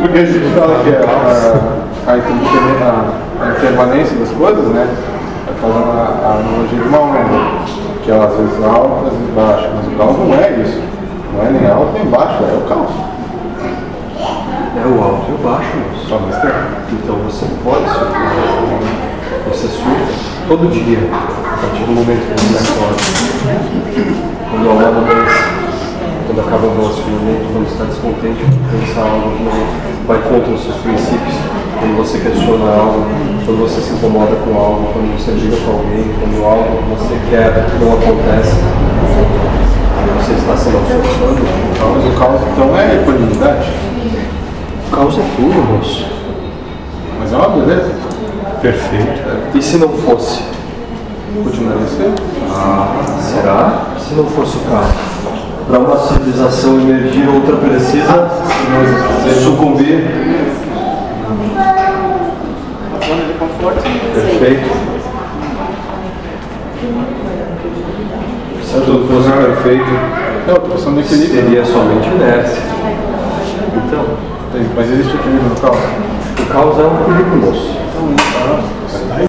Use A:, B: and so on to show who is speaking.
A: Porque se fala que é, a, a, a, intervene- a- a intervalência das coisas, né? É falando a, a analogia do mal, né? Que ela às vezes alta, às vezes baixa. Mas o caos não é isso. Não é nem alto nem baixo, é o caos.
B: É o alto e o baixo. moço.
A: Só mais tempo.
B: Então você pode surfar. Você surfa todo dia. A partir do momento que você acorda. Quando a onda desce. Quando acaba o nosso momento, quando está descontente, pensar algo que não vai contra os seus princípios. Quando você questiona algo, quando você se incomoda com algo, quando você briga com alguém, quando algo que você quer que não acontece, você está sendo observado.
A: Mas o caos então é equanimidade.
B: O caos é tudo, moço.
A: Mas é uma beleza. É, Perfeito.
B: E se não fosse?
A: Continuaria sendo.
B: Será? Se não fosse o caso? Para uma civilização emergir, outra precisa sucumbir. Perfeito. Se tudo fosse perfeito,
A: É outra opção de equilíbrio.
B: seria somente inércia. Então,
A: Mas existe equilíbrio no caos?
B: o caos é um perigo, moço.